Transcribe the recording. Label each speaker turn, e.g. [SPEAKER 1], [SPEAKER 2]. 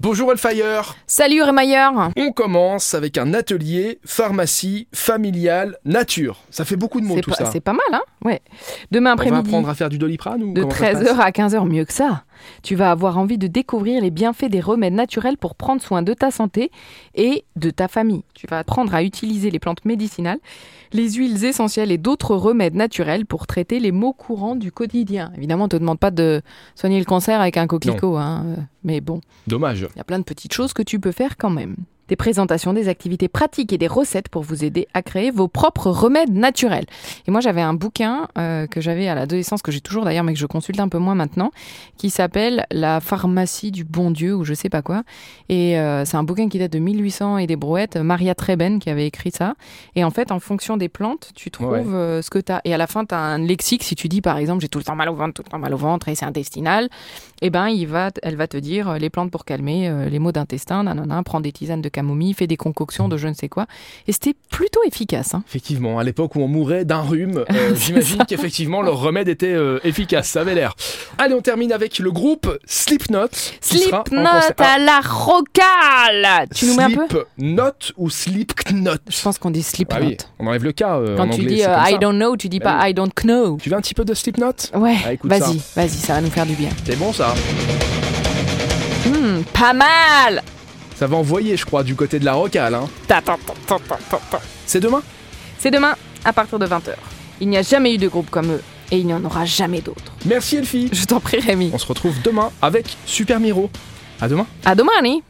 [SPEAKER 1] Bonjour Elfire
[SPEAKER 2] Salut Rémailleur
[SPEAKER 1] On commence avec un atelier pharmacie familiale nature. Ça fait beaucoup de mots
[SPEAKER 2] C'est
[SPEAKER 1] tout
[SPEAKER 2] pas,
[SPEAKER 1] ça.
[SPEAKER 2] c'est pas mal, hein Ouais. Demain
[SPEAKER 1] On va
[SPEAKER 2] après-midi,
[SPEAKER 1] apprendre à faire du doliprane ou
[SPEAKER 2] de
[SPEAKER 1] comment ça se passe
[SPEAKER 2] 13h à 15h, mieux que ça. Tu vas avoir envie de découvrir les bienfaits des remèdes naturels pour prendre soin de ta santé et de ta famille. Tu vas apprendre à utiliser les plantes médicinales, les huiles essentielles et d'autres remèdes naturels pour traiter les maux courants du quotidien. Évidemment, on te demande pas de soigner le cancer avec un coquelicot, hein, euh, mais bon.
[SPEAKER 1] Dommage.
[SPEAKER 2] Il y a plein de petites choses que tu peux faire quand même. Des présentations, des activités pratiques et des recettes pour vous aider à créer vos propres remèdes naturels. Et moi, j'avais un bouquin euh, que j'avais à l'adolescence, que j'ai toujours d'ailleurs, mais que je consulte un peu moins maintenant, qui s'appelle La pharmacie du bon Dieu ou je sais pas quoi. Et euh, c'est un bouquin qui date de 1800 et des brouettes. Maria Treben qui avait écrit ça. Et en fait, en fonction des plantes, tu trouves
[SPEAKER 1] Ouais.
[SPEAKER 2] euh, ce que tu as. Et à la fin, tu as un lexique. Si tu dis par exemple, j'ai tout le temps mal au ventre, tout le temps mal au ventre et c'est intestinal, eh ben, il va, elle va te dire euh, les plantes pour calmer, euh, les maux d'intestin, nanana, prends des tisanes de camomille, fais des concoctions de je ne sais quoi. Et c'était plutôt efficace. hein.
[SPEAKER 1] Effectivement, à l'époque où on mourait d'un rhume, euh, j'imagine qu'effectivement leur remède était euh, efficace, ça avait l'air. Allez, on termine avec le groupe Slipknot. qui sera en concert- Ah,
[SPEAKER 2] Slipknot à la rocale Tu nous mets un peu
[SPEAKER 1] Slipknot ou Slipknot
[SPEAKER 2] Je pense qu'on dit slipknot.
[SPEAKER 1] Ah oui, on enlève le K euh,
[SPEAKER 2] Quand
[SPEAKER 1] en
[SPEAKER 2] tu
[SPEAKER 1] anglais,
[SPEAKER 2] dis
[SPEAKER 1] c'est
[SPEAKER 2] euh,
[SPEAKER 1] comme
[SPEAKER 2] I
[SPEAKER 1] ça.
[SPEAKER 2] don't know, tu dis
[SPEAKER 1] Bah
[SPEAKER 2] pas I don't know.
[SPEAKER 1] Tu veux un petit peu de Slipknot
[SPEAKER 2] Ouais,
[SPEAKER 1] Ah, écoute
[SPEAKER 2] vas-y, vas-y, ça va nous faire du bien.
[SPEAKER 1] C'est bon ça
[SPEAKER 2] Hmm, pas mal
[SPEAKER 1] Ça va envoyer, je crois, du côté de la rocale. hein.
[SPEAKER 2] Ta, ta, ta, ta, ta, ta, ta.
[SPEAKER 1] C'est demain
[SPEAKER 2] C'est demain, à partir de 20h. Il n'y a jamais eu de groupe comme eux, et il n'y en aura jamais d'autres.
[SPEAKER 1] Merci Elfie
[SPEAKER 2] Je t'en prie Rémi.
[SPEAKER 1] On se retrouve demain avec Super Miro. À demain.
[SPEAKER 2] À demain, Annie